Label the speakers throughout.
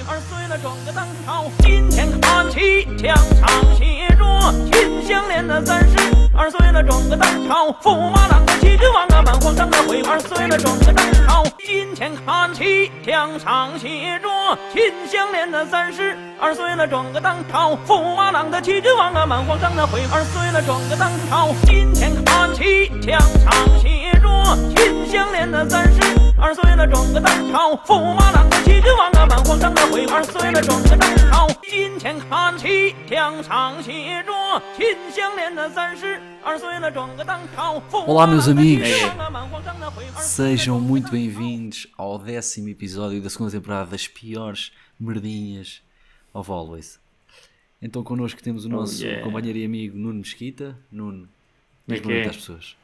Speaker 1: Olá, meus amigos.
Speaker 2: Sejam muito bem-vindos ao décimo episódio da segunda temporada das piores merdinhas of Always. Então connosco temos o nosso
Speaker 3: Oh, yeah.
Speaker 2: companheiro e amigo Nuno Mesquita. Nuno, diz
Speaker 3: é
Speaker 2: boa noite
Speaker 3: que é?
Speaker 2: às pessoas.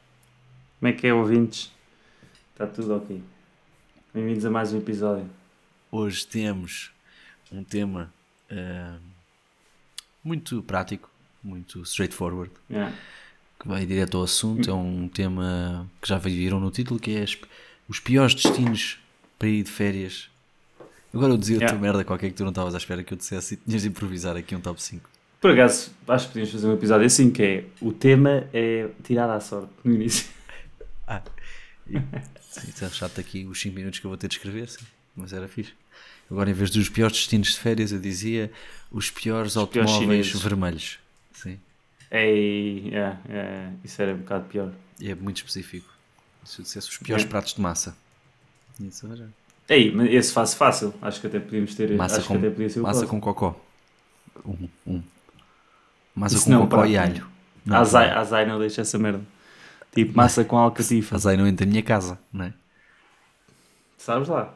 Speaker 3: Como é que é, ouvintes? Está tudo ok. Bem-vindos a mais um episódio.
Speaker 2: Hoje temos um tema ah, muito prático, muito straightforward,
Speaker 3: Yeah.
Speaker 2: que vai direto ao assunto. É um tema que já viram no título, que é as- os piores destinos para ir de férias. Agora eu dizia outra
Speaker 3: Yeah.
Speaker 2: merda qualquer que tu não estavas à espera que eu dissesse e tinhas de improvisar aqui um top 5.
Speaker 3: Por acaso, acho que podíamos fazer um episódio assim, que é o tema é tirado à sorte no início.
Speaker 2: Ah, Sim, então está chato aqui os 5 minutos que eu vou ter de escrever, sim. Mas era fixe. Agora, em vez dos piores destinos de férias, eu dizia os piores
Speaker 3: piores
Speaker 2: automóveis
Speaker 3: chineses.
Speaker 2: vermelhos. Sim,
Speaker 3: Ei, yeah, yeah, É, isso era um bocado pior.
Speaker 2: é muito específico. Se eu dissesse os piores
Speaker 3: Yeah.
Speaker 2: pratos de massa. Isso era.
Speaker 3: Ei, mas esse faz fácil. Acho que até podíamos ter.
Speaker 2: Massa,
Speaker 3: acho
Speaker 2: com,
Speaker 3: que até podia ser o
Speaker 2: massa
Speaker 3: próximo.
Speaker 2: com cocó. Um, um. Massa
Speaker 3: Isso
Speaker 2: com
Speaker 3: não,
Speaker 2: cocó
Speaker 3: prato.
Speaker 2: e alho. Não,
Speaker 3: A Azai, a Azai não deixa essa merda. Tipo, massa com alcatifas.
Speaker 2: Azai não entra na minha casa, não é?
Speaker 3: Sabes lá?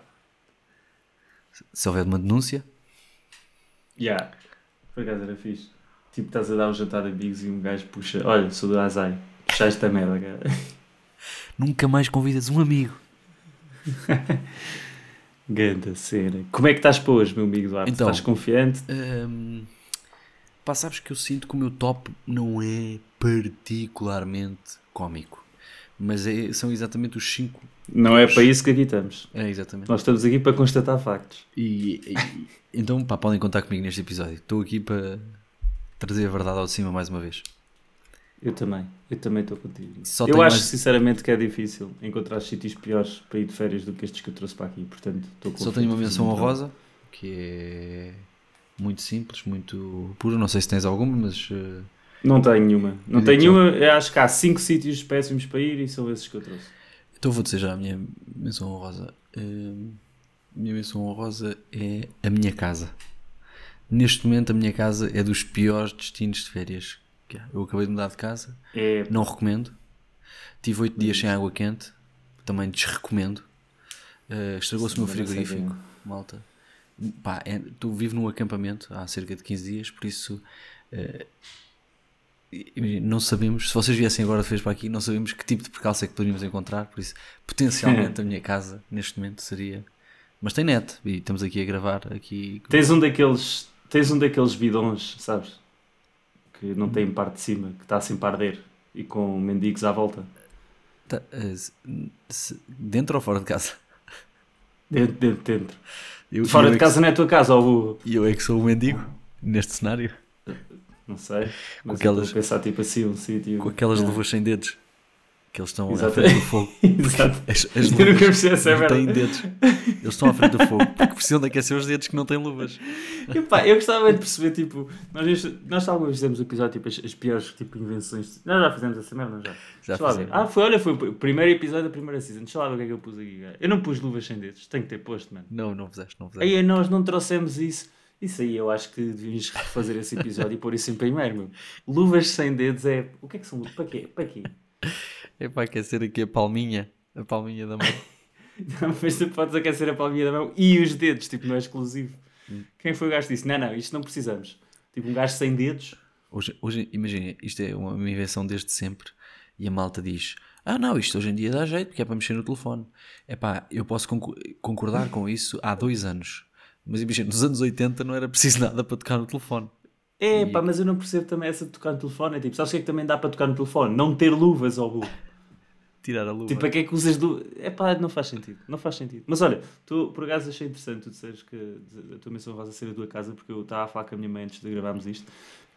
Speaker 2: Se houver uma denúncia,
Speaker 3: Yeah. Por acaso era fixe. Tipo, estás a dar um jantar a Biggs e um gajo puxa. Olha, sou do Azai. Puxa esta merda, cara.
Speaker 2: nunca mais convidas um amigo.
Speaker 3: Ganda cena. Como é que estás para hoje, meu amigo Duarte?
Speaker 2: Então.
Speaker 3: estás confiante?
Speaker 2: Hum, pá, sabes que eu sinto que o meu top não é particularmente cómico. Mas é- são exatamente os 5.
Speaker 3: Não é para isso que aqui estamos.
Speaker 2: É, exatamente.
Speaker 3: Nós estamos aqui para constatar factos.
Speaker 2: E, e- então, pá, podem contar comigo neste episódio. Estou aqui para trazer a verdade ao de cima mais uma vez.
Speaker 3: Eu também. Eu também estou contigo.
Speaker 2: Só
Speaker 3: eu
Speaker 2: tenho
Speaker 3: acho,
Speaker 2: mais-
Speaker 3: sinceramente, que é difícil encontrar sítios piores para ir de férias do que estes que eu trouxe para aqui. Portanto, estou
Speaker 2: Só tenho uma
Speaker 3: confiante.
Speaker 2: menção honrosa, que é muito simples, muito pura. Não sei se tens alguma, mas eh,
Speaker 3: Não tenho nenhuma. Não
Speaker 2: Diz
Speaker 3: tenho
Speaker 2: então.
Speaker 3: nenhuma. Eu acho que há cinco sítios péssimos para ir e são esses que eu trouxe.
Speaker 2: Então vou dizer já a minha menção honrosa. Hum, a minha menção honrosa é a minha casa. Neste momento a minha casa é dos piores destinos de férias. que há. Eu acabei de mudar de casa,
Speaker 3: É
Speaker 2: não recomendo. Tive oito dias sem água quente, também desrecomendo. Uh, Estragou-se o meu
Speaker 3: Sim, mas essa é
Speaker 2: frigorífico, malta. Pá, é, tu vives num acampamento há cerca de 15 dias, por isso uh, imagina, não sabemos. Se vocês viessem agora de vez para aqui, não sabemos que tipo de percalço é que poderíamos encontrar. Por isso, potencialmente a minha casa neste momento seria. Mas tem net e estamos aqui a gravar. aqui
Speaker 3: Tens um daqueles, tens um daqueles bidões, sabes? Que não
Speaker 2: Hum.
Speaker 3: tem parte de cima, que está sempre a arder e com mendigos à volta.
Speaker 2: Tá, uh, se- se- dentro ou fora de casa?
Speaker 3: Dentro, dentro, dentro.
Speaker 2: Eu-
Speaker 3: Fora
Speaker 2: eu
Speaker 3: de
Speaker 2: é que-
Speaker 3: casa não é a tua casa, ou burro.
Speaker 2: E eu é que sou o mendigo neste cenário.
Speaker 3: Não sei. Mas
Speaker 2: aquelas-
Speaker 3: eu estou a pensar tipo assim, um sítio.
Speaker 2: com aquelas luvas sem dedos que eles estão à
Speaker 3: Exatamente.
Speaker 2: frente do fogo.
Speaker 3: Exato.
Speaker 2: As, as
Speaker 3: Eu nunca
Speaker 2: luvas
Speaker 3: percebi essa
Speaker 2: não
Speaker 3: merda.
Speaker 2: têm dedos. Eles estão à frente do fogo porque precisam de aquecer os dedos que não têm luvas.
Speaker 3: Epá, eu gostava de perceber, tipo, nós, nós alguma vez fizemos um episódio, tipo, as, as piores tipo, invenções. Nós já fizemos essa merda, não já?
Speaker 2: Já
Speaker 3: Deixa lá ver.
Speaker 2: fizemos.
Speaker 3: Ah, foi, olha, foi o primeiro episódio da primeira season. Deixa lá ver o que é que eu pus aqui, cara. Eu não pus luvas sem dedos, tenho que ter posto, mano.
Speaker 2: Não, não fizeste, não fizeste.
Speaker 3: Aí nós não trouxemos isso. Isso aí eu acho que devíamos refazer esse episódio e pôr isso em primeiro, meu. Luvas sem dedos é. O que é que são luvas? Para quê? Para quê?
Speaker 2: É para aquecer aqui a palminha, a palminha da mão.
Speaker 3: Não, mas tu podes Hum. aquecer a palminha da mão e os dedos, tipo, não é exclusivo. Quem foi o gajo que disse? Não, não, isto não precisamos. Tipo um gajo sem dedos.
Speaker 2: Hoje, hoje imagina, isto é uma, uma invenção desde sempre e a malta diz: Ah, não, isto hoje em dia dá jeito, porque é para mexer no telefone. É pá, eu posso concu- concordar com isso há dois anos, mas imagina, nos anos 80 não era preciso nada para tocar no telefone.
Speaker 3: É, pá, mas eu não percebo também essa de tocar no telefone. É tipo, sabes o que é que também dá para tocar no telefone? Não ter luvas ao burro.
Speaker 2: Tirar a luva.
Speaker 3: Tipo, para que é que usas luvas? É pá, não faz sentido. Não faz sentido. Mas olha, tu por acaso achei interessante tu disseres que a tua menção rosa ser a tua casa, porque eu estava a falar com a minha mãe antes de gravarmos isto.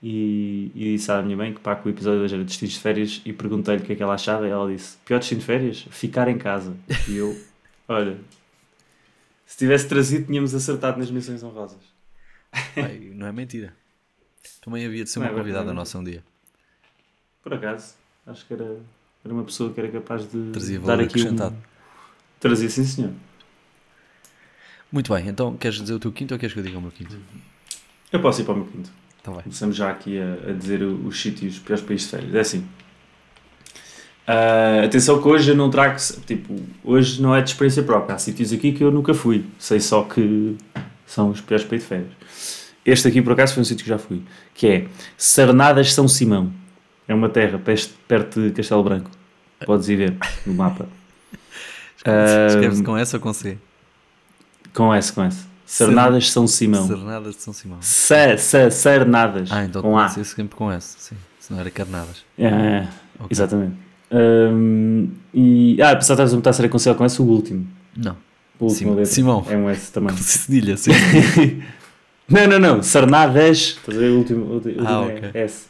Speaker 3: E, e disse à minha mãe que pá, que o episódio hoje era destinos de férias e perguntei-lhe o que é que ela achava. E ela disse: Pior destino de férias? Ficar em casa. E eu, olha, se tivesse trazido, tínhamos acertado nas menções honrosas.
Speaker 2: Ai, não é mentira. Também havia de ser
Speaker 3: Não
Speaker 2: uma
Speaker 3: é
Speaker 2: convidada
Speaker 3: verdade.
Speaker 2: nossa um dia.
Speaker 3: Por acaso, acho que era, era uma pessoa que era capaz de
Speaker 2: Trazia
Speaker 3: dar
Speaker 2: valor
Speaker 3: aqui um...
Speaker 2: acrescentado.
Speaker 3: Trazia, sim senhor.
Speaker 2: Muito bem, então queres dizer o teu quinto ou queres que eu diga o meu quinto? Então
Speaker 3: Eu posso ir para o meu quinto.
Speaker 2: Está bem.
Speaker 3: Começamos já aqui a, a dizer o- os sítios piores países de férias. É assim. Ah, atenção que hoje eu não trago... Tipo, hoje não é de experiência própria. Há sítios aqui que eu nunca fui. Sei só que são os piores países de férias. Este aqui, por acaso, foi um sítio que já fui. Que é Sarnadas São Simão. É uma terra peste- perto de Castelo Branco. Podes ir ver no mapa. Ah,
Speaker 2: Escreves com S ou com C?
Speaker 3: Com S, com S. Sarnadas São Simão.
Speaker 2: Sernadas de São Simão.
Speaker 3: Sa, sa, sarnadas.
Speaker 2: Ah, então
Speaker 3: com
Speaker 2: tem
Speaker 3: A.
Speaker 2: que ser sempre com S, sim. Se não era carnadas.
Speaker 3: É,
Speaker 2: Ok.
Speaker 3: Exatamente. Hum, e, ah, apesar de estás a botar ser com C ou com S, o último.
Speaker 2: Não.
Speaker 3: O último
Speaker 2: Sim, Simão.
Speaker 3: É um S também.
Speaker 2: Com cedilha, sim.
Speaker 3: Não, não, não. Sarnadas. Estás a ver o último, o último
Speaker 2: Ah,
Speaker 3: é
Speaker 2: ok.
Speaker 3: S.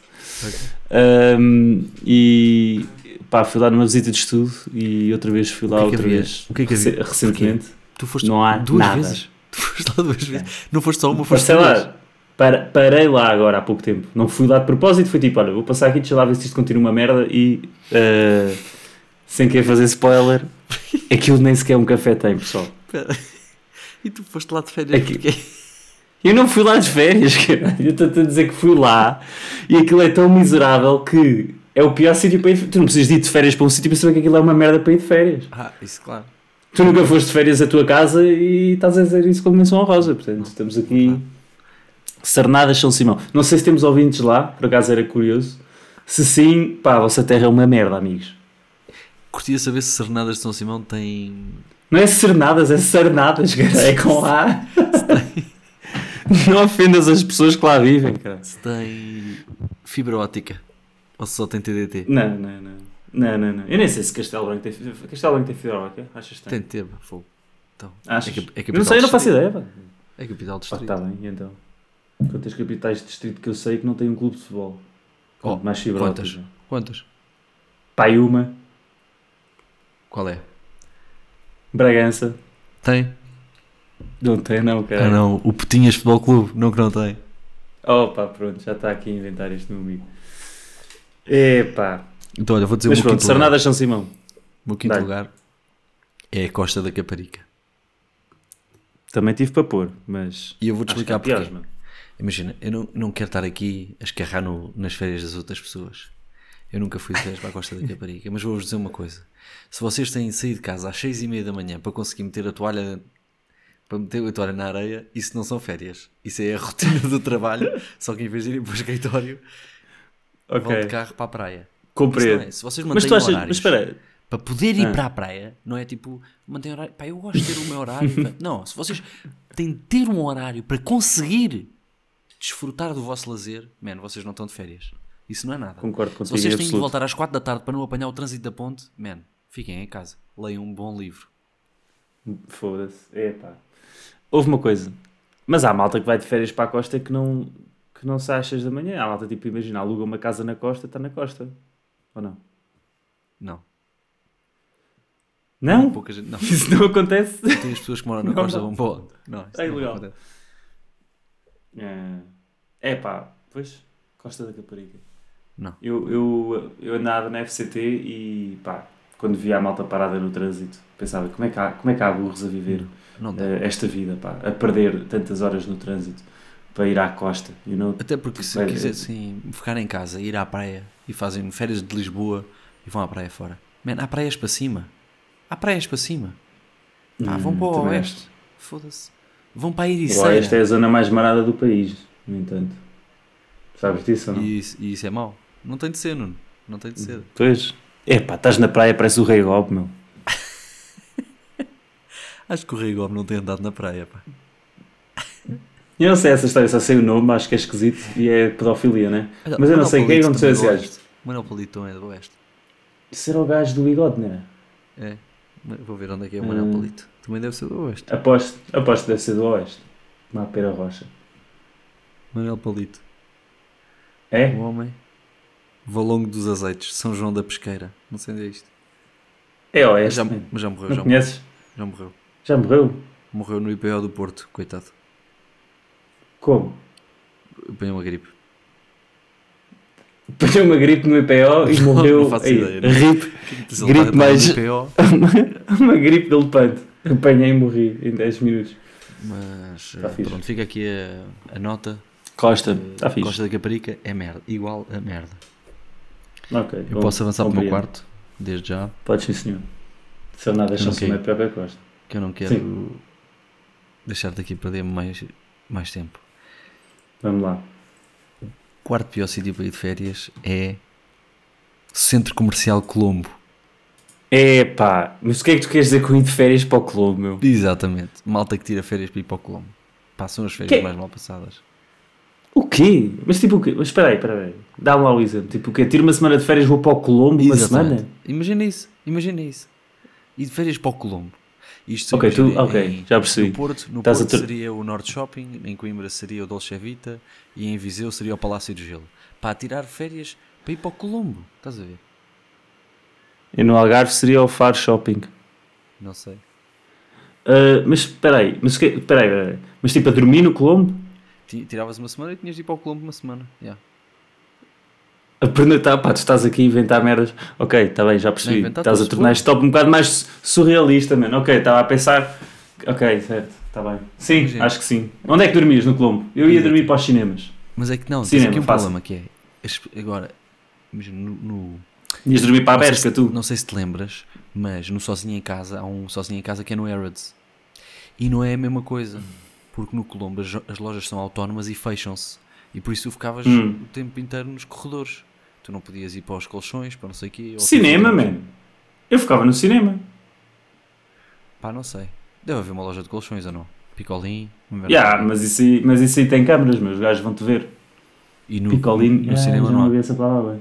Speaker 3: Hum, e pá, fui lá numa visita de estudo e outra vez fui lá
Speaker 2: O que é que
Speaker 3: outra
Speaker 2: havia?
Speaker 3: vez.
Speaker 2: O que é que
Speaker 3: rece-
Speaker 2: havia?
Speaker 3: Recentemente.
Speaker 2: Tu foste
Speaker 3: Não há
Speaker 2: duas
Speaker 3: nada. É.
Speaker 2: vezes. Tu foste lá duas vezes. Não foste só uma,
Speaker 3: Mas
Speaker 2: foste
Speaker 3: sei
Speaker 2: duas.
Speaker 3: lá, para- parei lá agora há pouco tempo. Não fui lá de propósito, foi tipo, olha, vou passar aqui, deixa lá ver se isto continua uma merda e eh, sem querer fazer spoiler, aquilo nem sequer um café tem, pessoal.
Speaker 2: Espera. E tu foste lá de férias
Speaker 3: Aqui.
Speaker 2: porque...
Speaker 3: Eu não fui lá de férias, caralho. Eu estou a dizer que fui lá e aquilo é tão miserável que é o pior sítio para ir. de- Tu não precisas de ir de férias para um sítio para saber que aquilo é uma merda para ir de férias.
Speaker 2: Ah, isso claro.
Speaker 3: Tu nunca foste de férias à tua casa e estás a dizer isso como menção honrosa. Portanto, estamos aqui. Sarnadas São Simão. Não sei se temos ouvintes lá, por acaso era curioso. Se sim, pá, a vossa terra é uma merda, amigos.
Speaker 2: Curtia saber se Sernadas de São Simão tem...
Speaker 3: Não é Sernadas, é Sarnadas, cara. É com A. Não ofendas as pessoas que lá vivem, cara.
Speaker 2: se tem fibra ótica. Ou se só tem TDT.
Speaker 3: Não, não, não. Não, não, não. Eu nem sei se Castelo Branco tem. Castelo Branco tem fibra óptica? Achas que
Speaker 2: Tem
Speaker 3: tem?
Speaker 2: de ter, fogo. Então,
Speaker 3: Achas?
Speaker 2: É, cap- é capital
Speaker 3: não sei, eu não
Speaker 2: distrito.
Speaker 3: faço ideia, pá.
Speaker 2: É capital
Speaker 3: Pá,
Speaker 2: distrito.
Speaker 3: tá bem, e então. Quantas capitais de distrito que eu sei que não tem um clube de futebol?
Speaker 2: Oh,
Speaker 3: Quanto mais fibra
Speaker 2: quantas?
Speaker 3: óptica.
Speaker 2: Quantas?
Speaker 3: Pai uma,
Speaker 2: Qual é?
Speaker 3: Bragança.
Speaker 2: Tem?
Speaker 3: Não tem, não,
Speaker 2: Ah
Speaker 3: cara.
Speaker 2: não, o Petinhas Futebol Clube, não que não tem.
Speaker 3: Opa, pronto, já está aqui a inventar este meu amigo. Epá.
Speaker 2: Então olha, vou dizer
Speaker 3: Mas
Speaker 2: o meu
Speaker 3: pronto,
Speaker 2: quinto, lugar.
Speaker 3: Sarnadas São Simão.
Speaker 2: O meu quinto
Speaker 3: Dá-lhe.
Speaker 2: lugar é a Costa da Caparica.
Speaker 3: Também tive para pôr, mas.
Speaker 2: E eu vou-te
Speaker 3: acho que é
Speaker 2: explicar
Speaker 3: há
Speaker 2: porquê.
Speaker 3: piores, mano.
Speaker 2: Imagina, eu não, não quero estar aqui a escarrar no- nas férias das outras pessoas. Eu nunca fui de férias para a Costa da Caparica, mas vou-vos dizer uma coisa. Se vocês têm saído de casa às seis e meia da manhã para conseguir meter a toalha para meter a toalha na areia, isso não são férias. Isso é a rotina do trabalho, só que em vez de irem para o escritório, vão de
Speaker 3: Ok.
Speaker 2: carro para a praia. Isso não
Speaker 3: Compreendo.
Speaker 2: é. Se vocês
Speaker 3: Mas
Speaker 2: mantêm
Speaker 3: tu achas. Mas
Speaker 2: horários,
Speaker 3: espera,
Speaker 2: para poder ir
Speaker 3: Ah.
Speaker 2: para a praia, não é tipo, mantém horário, pá, eu gosto de ter o meu horário. pá. não, se vocês têm de ter um horário para conseguir desfrutar do vosso lazer, mano, vocês não estão de férias. Isso não é nada.
Speaker 3: Concordo
Speaker 2: Se
Speaker 3: contigo,
Speaker 2: vocês
Speaker 3: em
Speaker 2: têm de
Speaker 3: absoluto.
Speaker 2: voltar às 4 da tarde para não apanhar o trânsito da ponte, mano, fiquem em casa, leiam um bom livro.
Speaker 3: Foda-se. Epá. Houve uma coisa. Mas há malta que vai de férias para a costa que não, que não sai às 6 da manhã. Há malta, tipo, imagina, aluga uma casa na costa, está na costa. Ou não?
Speaker 2: Não.
Speaker 3: Não?
Speaker 2: Pouca gente. Não.
Speaker 3: Isso não acontece?
Speaker 2: Tem as pessoas que moram na
Speaker 3: Não,
Speaker 2: costa
Speaker 3: não.
Speaker 2: vão para onde? Não, isso
Speaker 3: É
Speaker 2: não
Speaker 3: ilegal.
Speaker 2: acontece.
Speaker 3: É pá, pois, Costa da Caparica.
Speaker 2: Não.
Speaker 3: Eu, eu, eu andava na FCT e pá, quando via a malta parada no trânsito, pensava como é que há, como é que há burros a viver
Speaker 2: Não dá.
Speaker 3: eh, esta vida, pá, a perder tantas horas no trânsito para ir à costa. You know?
Speaker 2: Até porque se
Speaker 3: Bem,
Speaker 2: quisessem ficar em casa, ir à praia e fazem férias de Lisboa e vão à praia fora. Man, há praias para cima. Há praias para cima. Pá, Ah, vão
Speaker 3: Hum,
Speaker 2: para o
Speaker 3: também
Speaker 2: oeste. Foda-se. Vão para a
Speaker 3: acho. Ué, Esta é
Speaker 2: Ericeira.
Speaker 3: a zona mais marada do país, no entanto. Sabes disso ou não?
Speaker 2: E isso, e isso é mau. Não tem de ser, Nuno. Não tem de ser.
Speaker 3: Pois. Epá, estás na praia, parece o Rei Gob, meu.
Speaker 2: Acho que o Rei Gomes não tem andado na praia, pá.
Speaker 3: Eu não sei essa história, só sei o nome, acho que é esquisito e é pedofilia, né? Mas eu não sei o que é que aconteceu a esse gajo.
Speaker 2: Monopoliton é do Oeste.
Speaker 3: Isso era o gajo do bigode, né? não era?
Speaker 2: É. Mas Vou ver onde é que é o
Speaker 3: Hum.
Speaker 2: Monopolito. Também deve ser do Oeste.
Speaker 3: Aposto, aposto que deve ser do Oeste. Má pera rocha.
Speaker 2: Manuel Palito.
Speaker 3: É?
Speaker 2: O Um homem. Valongo dos Azeites. São João da Pesqueira. Não sei onde é isto.
Speaker 3: É
Speaker 2: Mas
Speaker 3: Oeste.
Speaker 2: já,
Speaker 3: né?
Speaker 2: mas já morreu.
Speaker 3: Não
Speaker 2: Já morreu.
Speaker 3: conheces?
Speaker 2: já morreu.
Speaker 3: Já morreu?
Speaker 2: Morreu no IPO do Porto. Coitado.
Speaker 3: Como?
Speaker 2: Apanhou uma gripe.
Speaker 3: Apanhou uma gripe no IPO e
Speaker 2: Não,
Speaker 3: morreu.
Speaker 2: não faço
Speaker 3: aí,
Speaker 2: ideia, não.
Speaker 3: Rip.
Speaker 2: Ele
Speaker 3: Gripe
Speaker 2: tá- tá
Speaker 3: mais-
Speaker 2: No IPO,
Speaker 3: uma gripe de elefante. Apanhei e morri em 10 minutos.
Speaker 2: mas
Speaker 3: Tá
Speaker 2: eh,
Speaker 3: fixe.
Speaker 2: pronto, fica aqui a, a nota.
Speaker 3: Costa, está
Speaker 2: Eh,
Speaker 3: Tá fixe.
Speaker 2: Costa da Caparica é merda. Igual a merda.
Speaker 3: Ok.
Speaker 2: Eu
Speaker 3: bom,
Speaker 2: posso avançar para o meu
Speaker 3: compreendo.
Speaker 2: quarto, desde já,
Speaker 3: Pode sim, senhor. Se eu nada,
Speaker 2: não
Speaker 3: chama-se
Speaker 2: quero.
Speaker 3: uma própria Costa.
Speaker 2: que eu não quero deixar-te aqui perder mais, mais tempo.
Speaker 3: Vamos lá.
Speaker 2: O quarto pior sítio para ir de férias é Centro Comercial Colombo.
Speaker 3: Epá, mas o que é que tu queres dizer com ir de férias para o clube, meu?
Speaker 2: Exatamente. Malta que tira férias para ir para o Colombo. Passam as férias
Speaker 3: Que-
Speaker 2: mais mal passadas.
Speaker 3: O quê? Mas tipo o quê? Mas espera aí, espera aí. Dá-me lá o exemplo. Tipo o quê? Tiro uma semana de férias, vou para o Colombo uma
Speaker 2: Exatamente.
Speaker 3: semana?
Speaker 2: Imagina isso. Imagina isso. Ir de férias para o Colombo. Isto
Speaker 3: Ok, tu-
Speaker 2: imagina
Speaker 3: ok, já percebi.
Speaker 2: No Porto, no
Speaker 3: Estás a
Speaker 2: Porto
Speaker 3: ter-
Speaker 2: seria o Norte Shopping, em Coimbra seria o Dolce Vita e em Viseu seria o Palácio do Gelo. Para tirar férias para ir para o Colombo. Estás a ver?
Speaker 3: E no Algarve seria o Far Shopping.
Speaker 2: Não sei.
Speaker 3: Ah, mas espera aí, mas o quê? Espera aí, espera aí. Mas tipo a dormir no Colombo?
Speaker 2: Ti- Tiravas uma semana e tinhas de ir para o Colombo uma semana. Yeah.
Speaker 3: A perguntar, pá, tu estás aqui a inventar merdas. Ok, está bem, já percebi.
Speaker 2: Não, inventar
Speaker 3: estás a
Speaker 2: tudo
Speaker 3: tornar isto top um bocado mais su- surrealista, mano. Ok, estava a pensar. Ok, certo, está bem. Sim,
Speaker 2: Imagina.
Speaker 3: acho que sim. Onde é que dormias no Colombo? Eu ia dormir para os cinemas.
Speaker 2: Mas é que não,
Speaker 3: Cinema,
Speaker 2: tens aqui um
Speaker 3: fácil.
Speaker 2: problema que é. as- Agora, imagina, no- no,
Speaker 3: Ias dormir para a
Speaker 2: Não sei se-
Speaker 3: Bershka, tu.
Speaker 2: Não sei se te lembras, mas no Sozinho em Casa há um Sozinho em Casa que é no Harrods. E não é a mesma coisa, porque no Colombo as, jo- as lojas são autónomas e fecham-se. E por isso tu ficavas
Speaker 3: Hum.
Speaker 2: o tempo inteiro nos corredores. Tu não podias ir para os colchões, para não sei o quê. ou-
Speaker 3: Cinema, mano. Eu ficava no cinema.
Speaker 2: Pá, não sei. Deve haver uma loja de colchões ou não? Picolim. uma merda. assim.
Speaker 3: Yeah, mas, isso aí, mas isso aí tem câmaras, meus gajos vão-te ver.
Speaker 2: E no,
Speaker 3: Picolino, É,
Speaker 2: no cinema
Speaker 3: ah, não
Speaker 2: não há.
Speaker 3: ouvi essa palavra bem.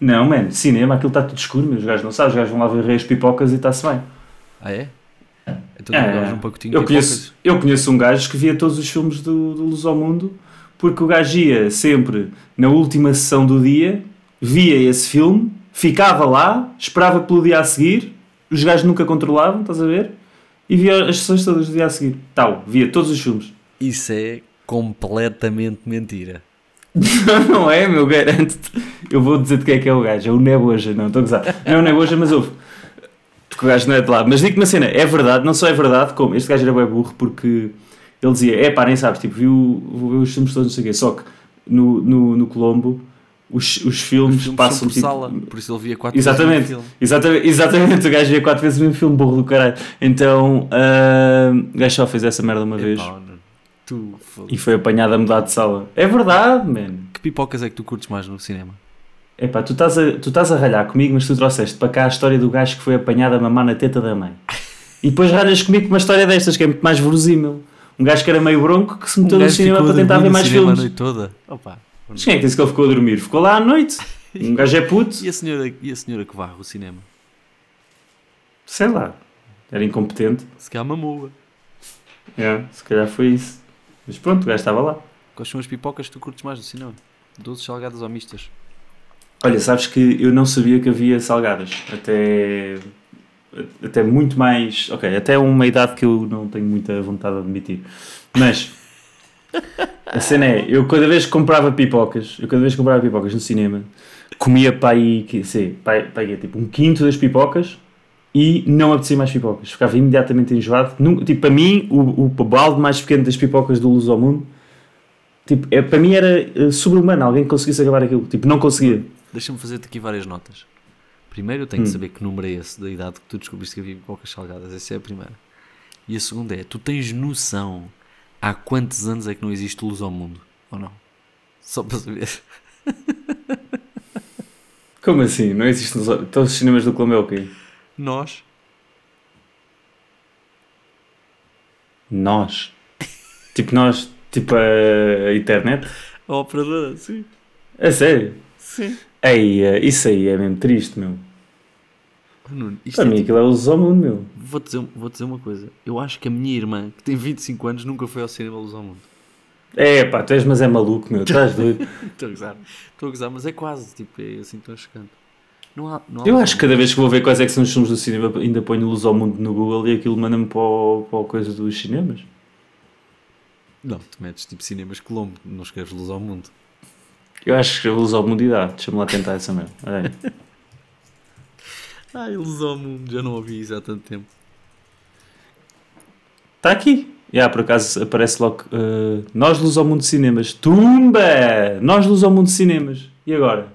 Speaker 3: Não, mano, cinema, aquilo está tudo escuro, meus gajos não sabem, os gajos vão lá ver reis pipocas e está-se bem.
Speaker 2: Ah, é? Então tu
Speaker 3: É,
Speaker 2: pegavas um pacotinho
Speaker 3: eu,
Speaker 2: de
Speaker 3: conheço, eu conheço um gajo que via todos os filmes do, do Luz ao Mundo, porque o gajo ia sempre na última sessão do dia, via esse filme, ficava lá, esperava pelo dia a seguir, os gajos nunca controlavam, estás a ver? E via as sessões todas do dia a seguir. Tal, via todos os filmes.
Speaker 2: Isso é completamente mentira.
Speaker 3: não é, meu, garanto-te. Eu vou dizer-te quem é que é o gajo. É o Neboja, não, estou a gozar. Não é o Neboja, mas ouve. Porque o gajo não é de lá. Mas digo-te uma cena, é verdade, não só é verdade, como este gajo era bem burro, porque ele dizia, é pá, nem sabes, tipo, viu, vou ver os filmes todos, não sei o quê. Só que no, no, no Colombo, os,
Speaker 2: Os
Speaker 3: os filmes,
Speaker 2: filmes são
Speaker 3: passam,
Speaker 2: por
Speaker 3: tipo,
Speaker 2: sala, por isso ele via quatro vezes o mesmo
Speaker 3: Exatamente,
Speaker 2: filme.
Speaker 3: exatamente, exatamente, o gajo via quatro vezes o mesmo filme, burro do caralho. Então, ah, o gajo só fez essa merda uma vez
Speaker 2: Epá, Nuno, tu, foda-se.
Speaker 3: e foi apanhado a mudar de sala. É verdade, mano.
Speaker 2: que pipocas é que tu curtes mais no cinema?
Speaker 3: Epá, tu estás, a, tu estás a ralhar comigo, mas tu trouxeste para cá a história do gajo que foi apanhado a mamar na teta da mãe. E depois ralhas comigo com uma história destas, que é muito mais verosímil. Um gajo que era meio bronco que se
Speaker 2: Um
Speaker 3: meteu no cinema para tentar ver mais
Speaker 2: a
Speaker 3: filmes.
Speaker 2: noite toda. Opa.
Speaker 3: Mas quem é que disse que ele ficou a dormir? Ficou lá à noite. Um gajo é puto.
Speaker 2: E a senhora, e a senhora que varre o cinema?
Speaker 3: Sei lá. Era incompetente.
Speaker 2: Se calhar mamou
Speaker 3: É, se calhar foi isso. Mas pronto, o gajo estava lá.
Speaker 2: Quais são as pipocas que tu curtes mais no cinema? Doces, salgadas ou mistas?
Speaker 3: Olha, sabes que eu não sabia que havia salgadas. Até. Até muito mais. Ok, até uma idade que eu não tenho muita vontade de admitir. Mas. A cena é, eu cada vez que comprava pipocas, eu cada vez que comprava pipocas no cinema, comia para aí, que- sei, para aí- para aí, tipo um quinto das pipocas e não apetecia mais pipocas. Ficava imediatamente enjoado. Nunca- tipo, para mim, o, o balde mais pequeno das pipocas do Luz ao Mundo, tipo, é, para mim era eh, sobre-humano alguém que conseguisse acabar aquilo. Tipo, não conseguia.
Speaker 2: Deixa-me fazer-te aqui várias notas. Primeiro, eu tenho
Speaker 3: Hum.
Speaker 2: que saber que número é esse da idade que tu descobriste que havia pipocas salgadas. Essa é a primeira. E a segunda é, tu tens noção há quantos anos é que não existe luz ao mundo? Ou não? Só para saber.
Speaker 3: Como assim? Não existe nos... Todos os cinemas do Colombo é o quê?
Speaker 2: Nós.
Speaker 3: Nós. Tipo nós, tipo a internet.
Speaker 2: A operadora, sim.
Speaker 3: É sério.
Speaker 2: Sim.
Speaker 3: Ei, eh, isso aí é mesmo triste, meu.
Speaker 2: Nuno, isto
Speaker 3: Para
Speaker 2: é
Speaker 3: mim aquilo é o Zomundo, meu.
Speaker 2: Vou dizer, vou dizer uma coisa. Eu acho que a minha irmã, que tem 25 anos, nunca foi ao cinema Luz ao Mundo.
Speaker 3: É pá, tu és mas é maluco, meu. Estás doido.
Speaker 2: Estou a gozar. Estou a gozar, mas é quase. Tipo, é assim tão chocante. Não há, não há um
Speaker 3: Eu
Speaker 2: luz
Speaker 3: acho
Speaker 2: ao
Speaker 3: que cada vez que vou ver quais é que são os filmes do cinema, ainda ponho Luz ao Mundo no Google e aquilo manda-me para, o- para a coisa dos cinemas.
Speaker 2: Mundo. Não, tu metes tipo cinemas Colombo, não escreves Luz ao Mundo.
Speaker 3: Eu acho que Luz ao Mundo e dá. Deixa-me lá tentar essa mesmo. Olha aí.
Speaker 2: Ai, Luz ao Mundo, já não ouvi isso há tanto tempo.
Speaker 3: Está Tá aqui. E yeah, por acaso aparece logo eh, Nós Luz ao Mundo de Cinemas. Tumba! Nós Luz ao Mundo de Cinemas. E agora?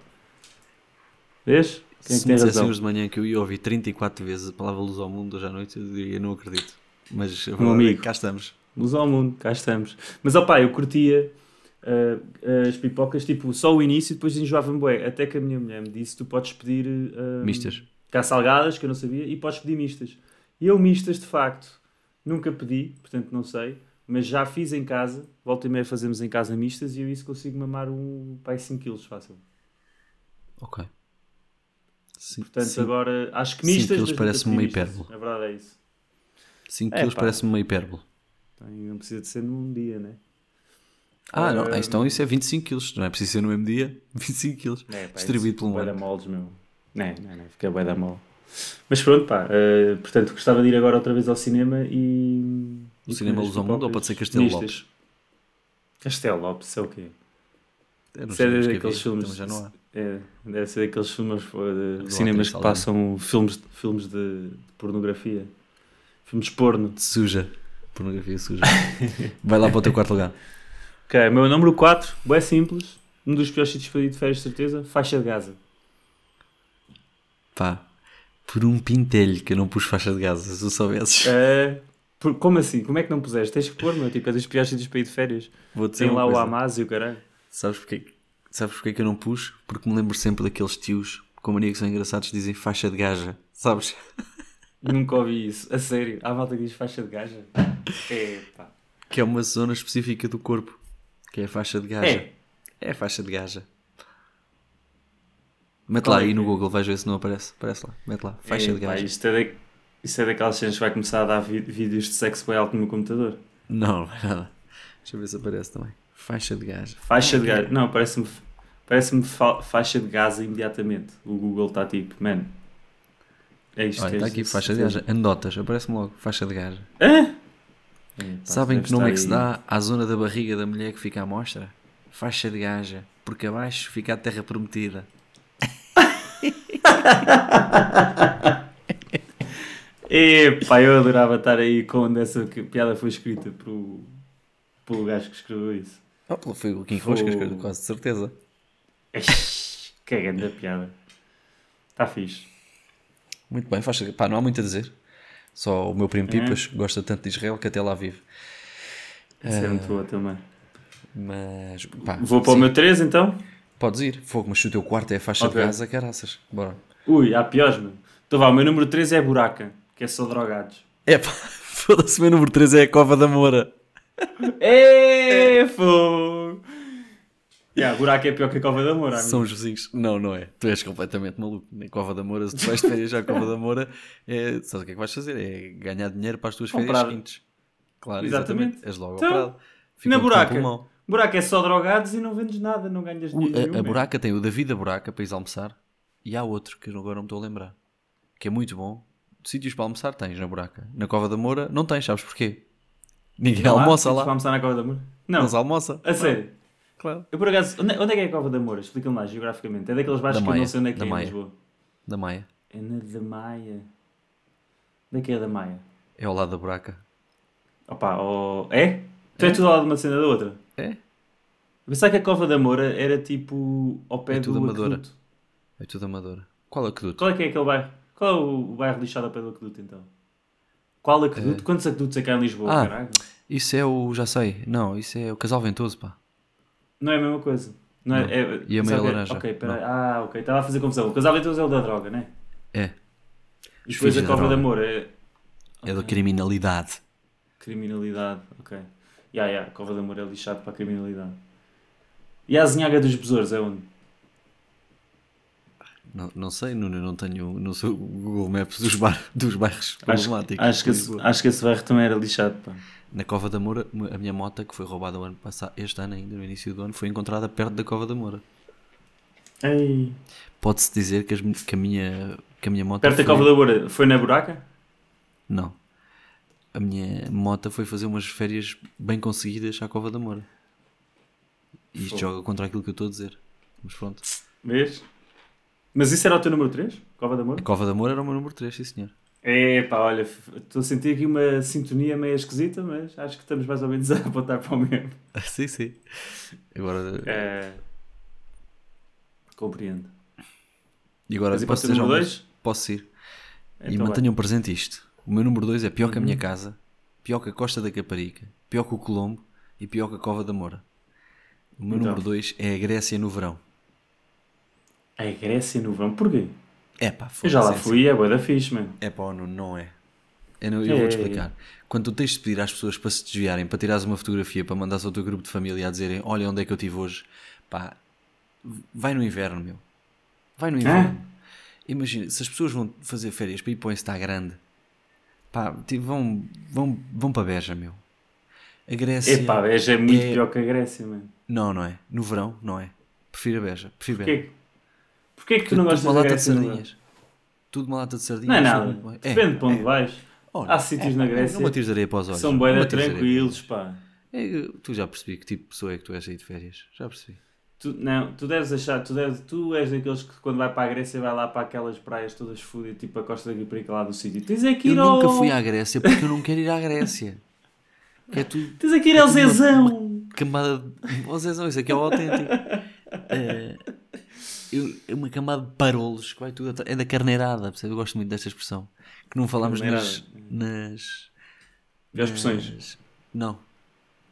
Speaker 3: Vês? Quem é que
Speaker 2: Se
Speaker 3: tem
Speaker 2: me dissessem
Speaker 3: razão?
Speaker 2: hoje de manhã que eu ia ouvir 34 vezes a palavra Luz ao Mundo hoje à noite, eu diria, não acredito. Mas a verdade é
Speaker 3: amigo.
Speaker 2: que cá estamos.
Speaker 3: Luz ao Mundo, cá estamos. Mas opá, eu curtia eh, as pipocas, tipo, só o início e depois enjoava-me bué. Até que a minha mulher me disse, tu podes pedir... eh,
Speaker 2: Mistas.
Speaker 3: cá salgadas, que eu não sabia, e podes pedir mistas. E eu mistas, de facto, nunca pedi, portanto não sei, mas já fiz em casa, volta e meia fazemos em casa mistas, e eu isso consigo mamar um pai 5 quilos fácil.
Speaker 2: Ok. Sim,
Speaker 3: Portanto,
Speaker 2: sim.
Speaker 3: agora, acho que
Speaker 2: Cinco
Speaker 3: mistas...
Speaker 2: quilos
Speaker 3: mas nunca
Speaker 2: parece-me
Speaker 3: pedi
Speaker 2: uma
Speaker 3: mistas.
Speaker 2: hipérbole.
Speaker 3: A verdade é isso.
Speaker 2: 5
Speaker 3: É,
Speaker 2: quilos
Speaker 3: pá.
Speaker 2: parece-me uma hipérbole.
Speaker 3: Então, não precisa de ser num dia, né?
Speaker 2: Ah, não,
Speaker 3: Eh,
Speaker 2: então isso é 25 quilos. Não é preciso ser no mesmo dia. 25 quilos.
Speaker 3: É, pá,
Speaker 2: Distribuído
Speaker 3: isso
Speaker 2: pelo
Speaker 3: bué
Speaker 2: mundo.
Speaker 3: da moldes, meu. Não, não, não, fica bué da mole. Mas pronto, pá, eh, portanto, gostava de ir agora outra vez ao cinema e...
Speaker 2: O
Speaker 3: e
Speaker 2: cinema
Speaker 3: comer as
Speaker 2: Luz ao Mundo ou
Speaker 3: pipocas
Speaker 2: pode ser Castelo
Speaker 3: mistas.
Speaker 2: Lopes?
Speaker 3: Castelo Lopes, é o quê?
Speaker 2: Eu não
Speaker 3: Isso é
Speaker 2: sei, mas que
Speaker 3: daqueles
Speaker 2: havia,
Speaker 3: filmes.
Speaker 2: então já não há.
Speaker 3: É, deve ser daqueles filmes pô, de
Speaker 2: Do
Speaker 3: cinemas
Speaker 2: Atriz
Speaker 3: que
Speaker 2: Aldana.
Speaker 3: passam filmes, filmes de, de pornografia. Filmes porno.
Speaker 2: Suja. Pornografia suja. Vai lá para o teu quarto lugar.
Speaker 3: Ok, meu número 4, é simples. Um dos piores sítios para ir de férias, de certeza. Faixa de Gaza.
Speaker 2: Pá. Por um pintelho que eu não pus faixa de gás, se tu soubesses.
Speaker 3: É, por- como assim? Como é que não puseste? Tens que pôr, meu. Tipo, é dos piores sítios para ir de férias.
Speaker 2: Vou dizer
Speaker 3: Tem
Speaker 2: uma
Speaker 3: lá o
Speaker 2: coisa.
Speaker 3: Hamas e o caralho.
Speaker 2: Sabes porquê? Sabes porquê que eu não pus? Porque me lembro sempre daqueles tios com mania que são engraçados que dizem faixa de gaja. Sabes?
Speaker 3: Nunca ouvi isso. A sério. Há malta que diz faixa de gaja. Epá.
Speaker 2: Que é uma zona específica do corpo. Que é a faixa de gaja.
Speaker 3: É.
Speaker 2: É a faixa de gaja. Mete
Speaker 3: Qual
Speaker 2: lá
Speaker 3: é
Speaker 2: aí
Speaker 3: que
Speaker 2: no
Speaker 3: é?
Speaker 2: Google, vais ver se não aparece. Aparece lá, mete lá. Faixa de
Speaker 3: Epá,
Speaker 2: gaja.
Speaker 3: Isto é, da, isto é daquelas cenas que vai começar a dar vi- vídeos de sexo bem alto no meu computador.
Speaker 2: Não, não é nada. Deixa eu ver se aparece também. Faixa de gaja.
Speaker 3: Faixa de
Speaker 2: é.
Speaker 3: gás. Não, parece-me parece faixa de gás imediatamente. O Google está tipo, man. É isto
Speaker 2: Olha,
Speaker 3: é
Speaker 2: está
Speaker 3: isto,
Speaker 2: aqui
Speaker 3: isto,
Speaker 2: faixa de
Speaker 3: isto.
Speaker 2: gaja. Anedotas, aparece-me logo. Faixa de gaja.
Speaker 3: É, pá,
Speaker 2: Sabem
Speaker 3: deve
Speaker 2: que nome é que se
Speaker 3: estar aí.
Speaker 2: dá à zona da barriga da mulher que fica à mostra? Faixa de gaja. Porque abaixo fica a terra prometida.
Speaker 3: Epá, eu adorava estar aí quando essa que- piada foi escrita pelo, pelo gajo que escreveu isso.
Speaker 2: Oh, foi o Kim
Speaker 3: Roscas, com-
Speaker 2: é, quase de certeza.
Speaker 3: Eish, que grande piada. Está fixe.
Speaker 2: Muito bem, faixa de Pá, não há muito a dizer. Só o meu primo Pipas
Speaker 3: Hum.
Speaker 2: gosta tanto de Israel que até lá vive.
Speaker 3: Isso é muito boa também.
Speaker 2: Mas, pá,
Speaker 3: Vou para o
Speaker 2: Eh, sim,
Speaker 3: meu 3 então?
Speaker 2: Podes ir, fogo, mas se o teu quarto é a faixa
Speaker 3: Ok.
Speaker 2: de gás, a caraças. Bora.
Speaker 3: Ui, há piores, meu. Então vá, o meu número 3 é Buraca, que é só drogados.
Speaker 2: É pá, foda-se, o meu número 3 é a Cova da Moura.
Speaker 3: É, fogo! Yeah, buraco é pior que a Cova da Moura, amigo.
Speaker 2: São os vizinhos. Não, não é. Tu és completamente maluco. Na Cova da Moura, se tu vais de férias à Cova da Moura, é, sabes o que é que vais fazer? É ganhar dinheiro para as tuas férias
Speaker 3: Comprado.
Speaker 2: seguintes. Claro,
Speaker 3: Exatamente.
Speaker 2: exatamente. És logo
Speaker 3: Então,
Speaker 2: ao prado.
Speaker 3: Na
Speaker 2: Ficam-te com
Speaker 3: buraca.
Speaker 2: pulmão.
Speaker 3: Buraco é só drogados e não vendes nada, não ganhas
Speaker 2: O- eh,
Speaker 3: dinheiro.
Speaker 2: a,
Speaker 3: nenhum,
Speaker 2: a
Speaker 3: man.
Speaker 2: buraca tem o David a buraca para ir almoçar e há outro que eu agora não me estou a lembrar que é muito bom. Sítios para almoçar tens na buraca. Na Cova da Moura não tens, sabes porquê? Ninguém
Speaker 3: Não há
Speaker 2: é almoça
Speaker 3: sítios
Speaker 2: lá.
Speaker 3: para almoçar na Cova da Moura? Não,
Speaker 2: Não se almoça.
Speaker 3: a sério.
Speaker 2: Claro.
Speaker 3: Eu por acaso, onde, onde é que é a Cova da Moura? Explica-me lá, geograficamente. É daqueles bairros
Speaker 2: Da
Speaker 3: que eu não
Speaker 2: Maia,
Speaker 3: sei onde é que
Speaker 2: da
Speaker 3: é em
Speaker 2: Maia.
Speaker 3: Lisboa.
Speaker 2: Da Maia.
Speaker 3: É na da Maia. Onde é que é a da Maia?
Speaker 2: É ao lado da buraca.
Speaker 3: Opa, oh... é? Tu és tudo ao lado de uma cena da outra?
Speaker 2: É?
Speaker 3: Pensava que a Cova da Moura era tipo ao pé
Speaker 2: É
Speaker 3: do
Speaker 2: tudo Amadora.
Speaker 3: aqueduto.
Speaker 2: É tudo amadora. Qual é o aqueduto?
Speaker 3: Qual é que é aquele bairro? Qual é o bairro lixado ao pé do aqueduto então? Qual aqueduto? Quantos aquedutos é que há em Lisboa,
Speaker 2: Eh, Ah.
Speaker 3: caralho?
Speaker 2: Isso é o. Já sei. Não, isso é o Casal Ventoso, pá.
Speaker 3: Não é a mesma coisa. Não é,
Speaker 2: Não.
Speaker 3: é,
Speaker 2: E a meia
Speaker 3: sabe,
Speaker 2: laranja.
Speaker 3: Ok, peraí. Ah, ok. Estava a fazer confusão. O casal é o da droga, né?
Speaker 2: É.
Speaker 3: E depois
Speaker 2: filhos
Speaker 3: a
Speaker 2: da
Speaker 3: cobra de
Speaker 2: droga.
Speaker 3: amor é
Speaker 2: É da criminalidade.
Speaker 3: criminalidade. Ok. Ya, ya. Cova de amor é lixado para a criminalidade. E a azinhaga dos besouros é onde?
Speaker 2: Não, não sei, Nuno, eu não tenho. Não sou o Google Maps dos, bar, dos bairros
Speaker 3: Acho,
Speaker 2: problemáticos.
Speaker 3: acho, que
Speaker 2: de
Speaker 3: esse,
Speaker 2: Lisboa.
Speaker 3: acho que esse bairro também era lixado, pá.
Speaker 2: Na Cova da Moura, a minha moto que foi roubada o ano passado, este ano ainda, no início do ano, foi encontrada perto da Cova da Moura.
Speaker 3: Ei.
Speaker 2: Pode-se dizer que, as mi- que a minha, que a minha moto.
Speaker 3: Perto da
Speaker 2: foi-
Speaker 3: cova de amor foi na buraca?
Speaker 2: Não. A minha moto foi fazer umas férias bem conseguidas à Cova da Moura. E isto
Speaker 3: Fogo.
Speaker 2: joga contra aquilo que eu estou a dizer. Mas pronto.
Speaker 3: Vês? Mas isso era o teu número 3? Cova de
Speaker 2: A
Speaker 3: amor?
Speaker 2: Cova da Moura era o meu número 3, sim senhor.
Speaker 3: Epá, olha, f- estou a sentir aqui uma sintonia meio esquisita, mas acho que estamos mais ou menos a apontar para o mesmo.
Speaker 2: sim, sim. Agora,
Speaker 3: É... Compreendo.
Speaker 2: e agora
Speaker 3: Mas e
Speaker 2: posso
Speaker 3: para o
Speaker 2: dizer
Speaker 3: teu número
Speaker 2: já um-
Speaker 3: dois?
Speaker 2: Posso ir. e
Speaker 3: Então vai. Uhum.
Speaker 2: mantenham presente isto. O meu número 2 é pior que a minha casa, pior que a Costa da Caparica, pior que o Colombo e pior que a Cova da Moura. O meu
Speaker 3: Então.
Speaker 2: número 2 é a Grécia no verão.
Speaker 3: A Grécia no verão, porquê?
Speaker 2: É pá,
Speaker 3: Eu já lá fui, é boa da fixe, mano.
Speaker 2: É pá, não, não é. Eu, não- eu vou-te
Speaker 3: É.
Speaker 2: explicar. Quando tu tens de pedir às pessoas para se desviarem, para tirares uma fotografia, para mandares ao teu grupo de família a dizerem: Olha onde é que eu estive hoje, pá, vai no inverno, meu. Vai no inverno. Imagina, se as pessoas vão fazer férias para ir para o Insta grande, pá, ti- vão, vão, vão para Beja, meu. A Grécia.
Speaker 3: Epá, Beja é muito
Speaker 2: É-
Speaker 3: pior que a Grécia, mano.
Speaker 2: Não, não é. No verão, não é. Prefiro a Beja. Prefiro Beja.
Speaker 3: Porquê, porquê é que tu não gostas
Speaker 2: Tudo uma
Speaker 3: da
Speaker 2: lata de
Speaker 3: Grécia no verão?
Speaker 2: sardinhas. Tudo uma lata de sardinhas.
Speaker 3: Não é
Speaker 2: tudo muito
Speaker 3: nada.
Speaker 2: bem. É,
Speaker 3: Depende de para onde
Speaker 2: é.
Speaker 3: vais.
Speaker 2: Olha,
Speaker 3: Há sítios na
Speaker 2: pá,
Speaker 3: Grécia
Speaker 2: Não me atires areia para os olhos.
Speaker 3: São
Speaker 2: não me
Speaker 3: bem
Speaker 2: atires areia
Speaker 3: tranquilos, pá.
Speaker 2: para os olhos. É, tu já percebi que tipo de pessoa é que tu és aí de férias. Já percebi.
Speaker 3: Tu, não, tu deves achar, tu, deves, tu és daqueles que quando vai para a Grécia vai lá para aquelas praias todas fodidas, tipo a Costa da Caparica lá do sítio. Tens é que
Speaker 2: Eu
Speaker 3: ir ao...
Speaker 2: nunca fui à Grécia porque eu não quero ir à Grécia. Que é tudo
Speaker 3: Tens é que ir ao Zezão.
Speaker 2: camada de. Oh, Zezão, isso aqui é o autêntico. É, eu- é uma camada de parolos que vai tudo. atrás- É da carneirada, percebe? Eu gosto muito desta expressão. Que não falámos nas. nas
Speaker 3: Vê as expressões.
Speaker 2: nas- Não.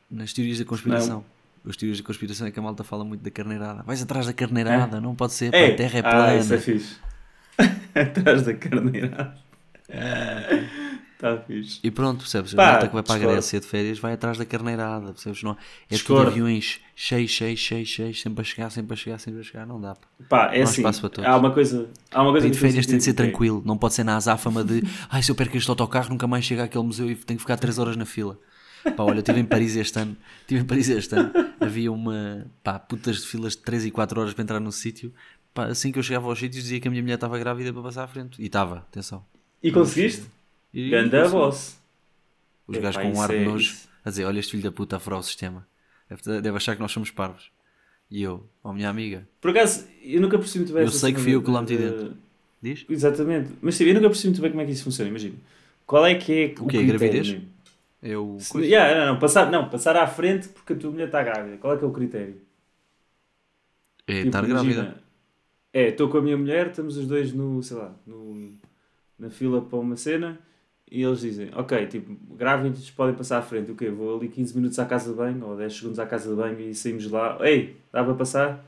Speaker 2: Nas teorias da conspiração. As teorias da conspiração é que a malta fala muito da carneirada. Vais atrás da carneirada, não pode ser. pá,
Speaker 3: É.
Speaker 2: a terra é plana.
Speaker 3: ah, isso é fixe. Atrás da carneirada. Está fixe.
Speaker 2: E pronto, percebes?
Speaker 3: Pá,
Speaker 2: a malta que vai para a
Speaker 3: discordo.
Speaker 2: Grécia de férias vai atrás da carneirada, percebes? Não, é
Speaker 3: Discordo.
Speaker 2: tudo aviões cheios, cheios, cheios, cheios, sempre a chegar, sempre a chegar, sempre a chegar. Não dá. pá.
Speaker 3: Pá, é
Speaker 2: Não há
Speaker 3: assim,
Speaker 2: espaço para todos.
Speaker 3: há uma coisa... Há uma coisa
Speaker 2: Tem de
Speaker 3: que eu
Speaker 2: férias, tem de ser
Speaker 3: senti-
Speaker 2: tranquilo. Não pode ser na azáfama de ai, se eu perco este autocarro, nunca mais chego àquele museu e tenho que ficar 3 horas na fila. Pá, olha, eu estive em Paris este ano. Estive em Paris este ano. Havia uma, pá, putas de filas de 3 e 4 horas para entrar no sítio. Pá, assim que eu chegava aos sítios, dizia que a minha mulher estava grávida para passar à frente. E estava, atenção.
Speaker 3: E conseguiste?
Speaker 2: E,
Speaker 3: Ganda boss.
Speaker 2: Os
Speaker 3: Epá,
Speaker 2: gajos com um ar
Speaker 3: isso
Speaker 2: de
Speaker 3: é-
Speaker 2: nojo
Speaker 3: isso.
Speaker 2: a dizer: Olha, este filho da puta a furar o sistema. Deve, deve achar que nós somos parvos. E eu, ó minha amiga,
Speaker 3: Por acaso, eu nunca percebi muito bem...
Speaker 2: Eu
Speaker 3: essa
Speaker 2: sei que
Speaker 3: cena
Speaker 2: fui eu
Speaker 3: de-
Speaker 2: que lá meti
Speaker 3: de-
Speaker 2: dentro. diz?
Speaker 3: Exatamente. Mas sim, eu nunca percebi muito bem como é que isso funciona, imagina. Qual é que é o,
Speaker 2: quê? A
Speaker 3: critério?
Speaker 2: gravidez?
Speaker 3: mesmo?
Speaker 2: Eu.
Speaker 3: Se-
Speaker 2: coisa.
Speaker 3: yeah, não, não, passar, não, passar à frente porque a tua mulher está grávida. Qual é que é o critério?
Speaker 2: É
Speaker 3: Tipo,
Speaker 2: estar
Speaker 3: imagina,
Speaker 2: grávida.
Speaker 3: É, estou com a minha mulher, estamos os dois no, sei lá, no, na fila para uma cena e eles dizem, ok, tipo, grávidos podem passar à frente. O quê? Vou ali 15 minutos à casa de banho ou 10 segundos à casa de banho e saímos de lá. Ei, dá para passar?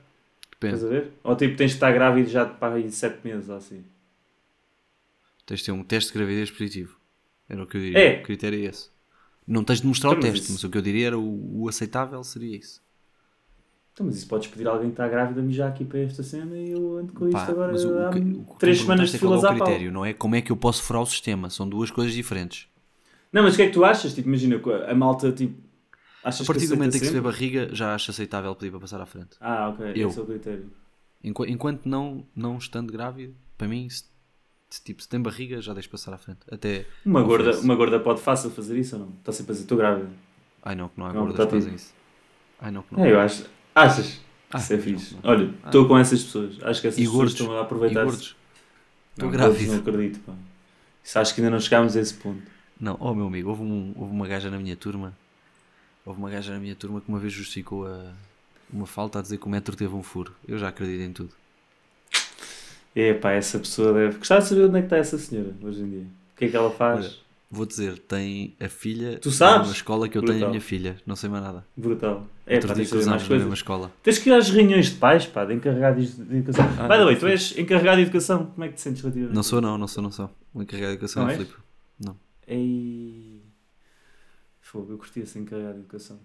Speaker 3: Estás
Speaker 2: Depende.
Speaker 3: a ver? Ou tipo, tens de estar grávido já para aí 7 meses ou assim.
Speaker 2: Tens de ter um teste de gravidez positivo. Era o que eu diria.
Speaker 3: É.
Speaker 2: O critério é esse. Não tens de mostrar
Speaker 3: Então,
Speaker 2: o
Speaker 3: mas
Speaker 2: teste,
Speaker 3: isso-
Speaker 2: mas o que eu diria era o, o aceitável seria isso.
Speaker 3: Então, mas isso podes pedir a alguém que está grávida me já aqui para esta cena e eu ando com
Speaker 2: Pá,
Speaker 3: isto agora
Speaker 2: mas o, o
Speaker 3: há
Speaker 2: que- o que tu
Speaker 3: 3
Speaker 2: me perguntaste
Speaker 3: semanas de
Speaker 2: é qual
Speaker 3: filas
Speaker 2: é
Speaker 3: à
Speaker 2: o
Speaker 3: pau.
Speaker 2: critério, não é? Como é que eu posso furar o sistema? São duas coisas diferentes.
Speaker 3: Não, mas o que é que tu achas? Tipo, imagina, a malta, tipo, achas
Speaker 2: A partir
Speaker 3: que
Speaker 2: do momento em que se vê
Speaker 3: aceita
Speaker 2: barriga, já acho aceitável pedir para passar à frente.
Speaker 3: sempre? Ah, ok,
Speaker 2: Eu.
Speaker 3: esse é o critério.
Speaker 2: Enqu- Enquanto não, não estando grávido, para mim, se, se, tipo, se tem barriga, já deixo passar à frente. Até.
Speaker 3: Uma
Speaker 2: não
Speaker 3: gorda,
Speaker 2: ofereço.
Speaker 3: uma gorda pode fácil fazer isso ou não? Está sempre a dizer, estou grávida.
Speaker 2: Ai não, que não há
Speaker 3: Não,
Speaker 2: gordas
Speaker 3: tá
Speaker 2: que fazem
Speaker 3: tudo.
Speaker 2: isso. Ai não, que não.
Speaker 3: É, eu acho. Achas?
Speaker 2: Ah,
Speaker 3: isso é
Speaker 2: não,
Speaker 3: fixe.
Speaker 2: não. Ah.
Speaker 3: Olha, estou com essas pessoas. Acho que essas
Speaker 2: E
Speaker 3: pessoas
Speaker 2: gordos?
Speaker 3: estão a
Speaker 2: E
Speaker 3: aproveitar-se.
Speaker 2: gordos? Estou
Speaker 3: Não, gordos Não
Speaker 2: grávido.
Speaker 3: acredito, pá. Isso acho que ainda não chegámos a esse ponto.
Speaker 2: Não, oh meu amigo, houve, um- houve uma gaja na minha turma. Houve uma gaja na minha turma que uma vez justificou a- uma falta a dizer que o metro teve um furo. Eu já acredito em tudo.
Speaker 3: É, pá, essa pessoa deve. Gostava de saber onde é que está essa senhora hoje em dia. O que é que ela faz?
Speaker 2: Vou dizer, tem a filha
Speaker 3: Tu sabes?
Speaker 2: na mesma escola que eu tenho
Speaker 3: Brutal.
Speaker 2: a minha filha. Não sei mais nada.
Speaker 3: Brutal. É,
Speaker 2: Outro
Speaker 3: pá,
Speaker 2: dia
Speaker 3: tens de saber
Speaker 2: cruzámos
Speaker 3: mais
Speaker 2: na mesma
Speaker 3: coisas.
Speaker 2: escola.
Speaker 3: Tens que ir às reuniões de pais, pá, de encarregados de educação.
Speaker 2: Ah,
Speaker 3: By the
Speaker 2: não,
Speaker 3: way, tu és encarregado de educação, como é que te sentes relativamente?
Speaker 2: Não sou não, não sou, não sou. O encarregado de educação
Speaker 3: Não
Speaker 2: é o
Speaker 3: és?
Speaker 2: Filipe.
Speaker 3: Ei. Fogo, eu curti esse encarregado de educação.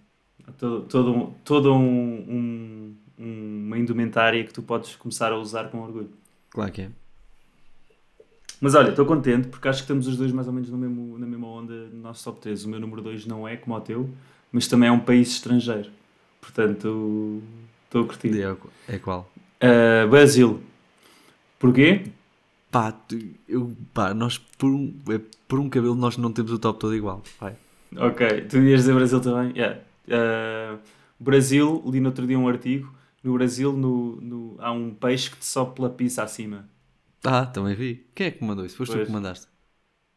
Speaker 3: Há Todo, todo, um, todo um, um- uma indumentária que tu podes começar a usar com orgulho.
Speaker 2: Claro que é.
Speaker 3: Mas olha, estou contente porque acho que estamos os dois mais ou menos no mesmo, na mesma onda no nosso top 3. O meu número 2 não é como o teu, mas também é um país estrangeiro. Portanto, estou a curtir.
Speaker 2: Diego, É qual?
Speaker 3: Ah, Brasil. Porquê?
Speaker 2: Pá, tu- eu, pá, nós por um, é, por um cabelo nós não temos o top todo igual. Vai.
Speaker 3: Ok, tu ias dizer Brasil também? Yeah. Ah, Brasil, li no outro dia um artigo. No Brasil no, no- há um peixe que te sobe pela pizza acima.
Speaker 2: Ah, também vi. Quem é que mandou isso? Foste tu
Speaker 3: Pois.
Speaker 2: que mandaste.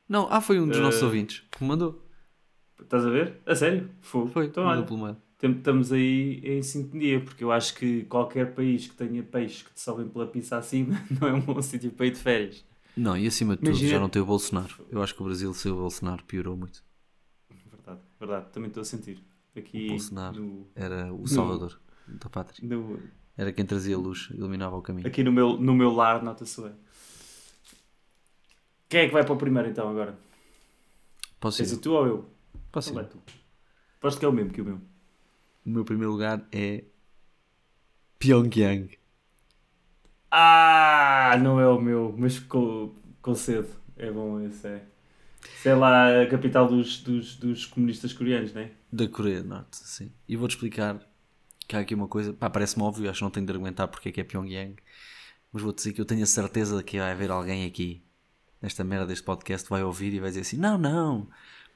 Speaker 2: Não, ah, foi um dos
Speaker 3: Eh,
Speaker 2: nossos ouvintes que me mandou.
Speaker 3: Estás a ver? A sério? Fogo.
Speaker 2: Foi,
Speaker 3: Então,
Speaker 2: mandou
Speaker 3: olha,
Speaker 2: pelo mail.
Speaker 3: tam- estamos aí em sintonia, porque eu acho que qualquer país que tenha peixes que te sobem pela pizza acima não é um bom sítio para ir de férias.
Speaker 2: Não, e acima de tudo,
Speaker 3: Imagina-
Speaker 2: já não tem o Bolsonaro. Eu acho que o Brasil sem o Bolsonaro piorou muito.
Speaker 3: Verdade, verdade. Também estou a sentir. Aqui
Speaker 2: O Bolsonaro.
Speaker 3: no...
Speaker 2: Era o Salvador da pátria.
Speaker 3: no-
Speaker 2: Era quem trazia luz, iluminava o caminho.
Speaker 3: aqui no meu, no meu lar, nota-se bem. Quem é que vai para o primeiro então agora?
Speaker 2: Posso
Speaker 3: És
Speaker 2: ir?
Speaker 3: o tu ou eu?
Speaker 2: Posso
Speaker 3: Então
Speaker 2: ir?
Speaker 3: vai tu. Aposto que é o mesmo que o meu.
Speaker 2: O meu primeiro lugar é Pyongyang.
Speaker 3: Ah, não é o meu, mas com, concedo. É bom esse, é. Sei lá, a capital dos, dos, dos comunistas coreanos, não é?
Speaker 2: Da Coreia do Norte, sim. E vou-te explicar que há aqui uma coisa. Pá, parece-me óbvio, acho que não tenho de argumentar porque é que é Pyongyang. Mas vou-te dizer que eu tenho a certeza que vai haver alguém aqui, nesta merda deste podcast, vai ouvir e vai dizer assim: não, não,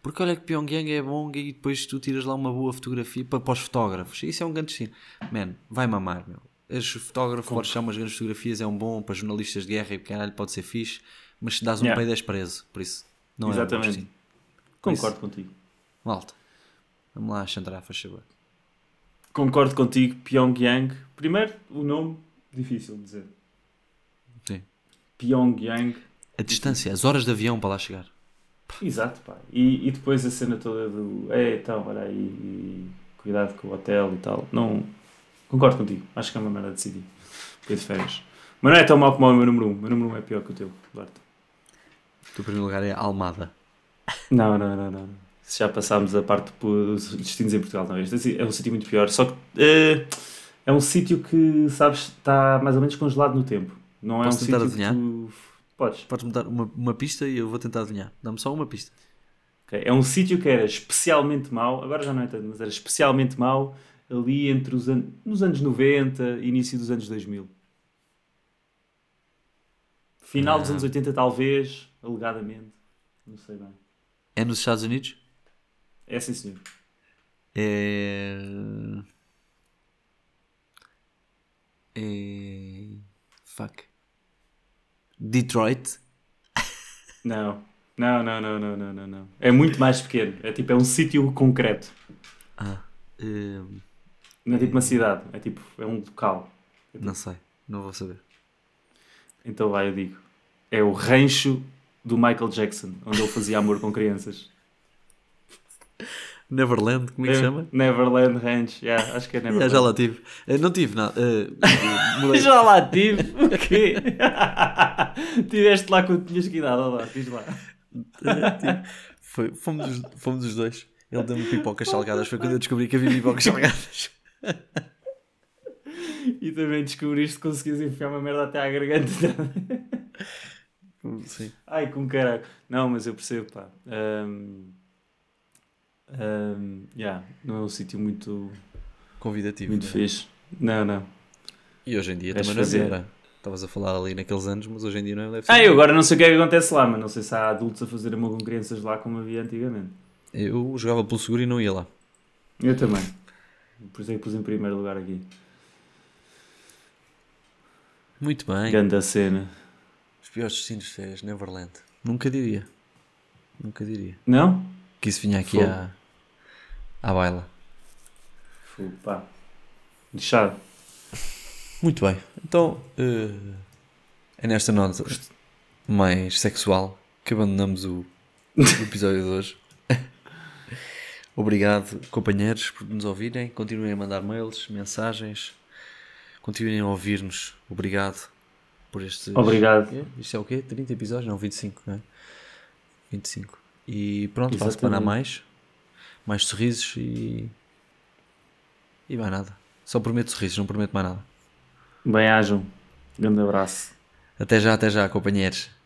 Speaker 2: porque olha que Pyongyang é bom e depois tu tiras lá uma boa fotografia para, para os fotógrafos. Isso é um grande destino. Man, vai mamar, meu. És fotógrafo, podes tirar umas grandes fotografias, é um bom para jornalistas de guerra e caralho, pode ser fixe, mas se dás um
Speaker 3: Yeah.
Speaker 2: peido és preso. Por isso, não é um bom
Speaker 3: Exatamente.
Speaker 2: destino.
Speaker 3: Concordo contigo.
Speaker 2: Malta, vamos lá, Xandra, faz favor.
Speaker 3: Concordo contigo, Pyongyang. Primeiro, o nome, difícil de dizer.
Speaker 2: Sim.
Speaker 3: Pyongyang.
Speaker 2: A distância, as horas de avião para lá chegar.
Speaker 3: Exato, pá. E, e depois a cena toda do. É, então, olha aí, e cuidado com o hotel e tal. Não. Concordo contigo. Acho que é uma merda decidir. Para ir de férias. Mas não é tão mau como o meu número 1. Um. O meu número 1 um é pior que o teu, Duarte.
Speaker 2: O teu primeiro lugar é Almada.
Speaker 3: Não, não, não, não. Se já passámos a parte dos destinos em Portugal, não. Este é um sítio muito pior. Só que eh, é um sítio que, sabes, está mais ou menos congelado no tempo. Não é
Speaker 2: Posso
Speaker 3: um
Speaker 2: tentar
Speaker 3: sítio
Speaker 2: adivinhar?
Speaker 3: que tu... Podes.
Speaker 2: Podes-me dar uma, uma pista e eu vou tentar adivinhar. Dá-me só uma pista.
Speaker 3: Ok, É um sítio que era especialmente mau, agora já não é tanto, mas era especialmente mau ali entre os anos, nos anos 90 e início dos anos 2000. Final dos
Speaker 2: Ah.
Speaker 3: anos 80 talvez, alegadamente. Não sei bem.
Speaker 2: É nos Estados Unidos?
Speaker 3: É sim senhor.
Speaker 2: É. É. Fuck. Detroit?
Speaker 3: Não. Não, não, não, não, não, não, não. É muito mais pequeno. É tipo, é um sítio concreto.
Speaker 2: Ah, hum,
Speaker 3: Não é tipo uma cidade. É tipo, é um local.
Speaker 2: não sei. Não vou saber.
Speaker 3: Então vai, eu digo. É o rancho do Michael Jackson, onde ele fazia amor com crianças.
Speaker 2: Neverland, como é que se chama?
Speaker 3: Neverland Ranch, yeah, acho que é
Speaker 2: Ah,
Speaker 3: Neverland.
Speaker 2: já lá tive. Eh, não tive nada. Eh, mudei.
Speaker 3: Já lá tive, o quê? Tiveste lá quando tinhas que idade, olha lá, diz lá.
Speaker 2: Tipo, foi, fomos, os, fomos os dois. Ele deu-me pipocas salgadas. Foi quando eu descobri que havia pipocas salgadas.
Speaker 3: E também descobriste que conseguias enfiar uma merda até à garganta.
Speaker 2: Sim.
Speaker 3: Ai, com caraco. Não, mas eu percebo, pá. Ahm, ahm, yeah, não é um sítio muito,
Speaker 2: Convidativo.
Speaker 3: muito
Speaker 2: não é?
Speaker 3: fixe. Não, não.
Speaker 2: E hoje em dia
Speaker 3: Queres
Speaker 2: também não
Speaker 3: fazer?
Speaker 2: era. Estavas a falar ali naqueles anos, mas hoje em dia não deve ser.
Speaker 3: Ah, eu agora não sei o que é que acontece lá, mas não sei se há adultos a fazer amor com crianças lá como havia antigamente.
Speaker 2: Eu jogava pelo seguro e não ia lá.
Speaker 3: Eu também. Por isso é que pus em primeiro lugar aqui.
Speaker 2: Muito bem.
Speaker 3: Ganda cena.
Speaker 2: Os piores destinos de férias, Neverland. Nunca diria. Nunca diria.
Speaker 3: Não?
Speaker 2: Que isso vinha aqui
Speaker 3: Fogo.
Speaker 2: à, à baila.
Speaker 3: Fogo, pá. Deixado.
Speaker 2: Muito bem. Então, eh, é nesta nota mais sexual que abandonamos o do episódio de hoje. Obrigado, companheiros, por nos ouvirem. Continuem a mandar mails, mensagens. Continuem a ouvir-nos. Obrigado por este.
Speaker 3: Obrigado.
Speaker 2: Isto é o quê? 30 episódios? Não, 25, não é? 25. E pronto, para a
Speaker 3: Exatamente.
Speaker 2: semana há mais. Mais sorrisos e. E mais nada. Só prometo sorrisos, não prometo mais nada.
Speaker 3: Bem-ajam. Grande abraço.
Speaker 2: Até já, até já, companheiros.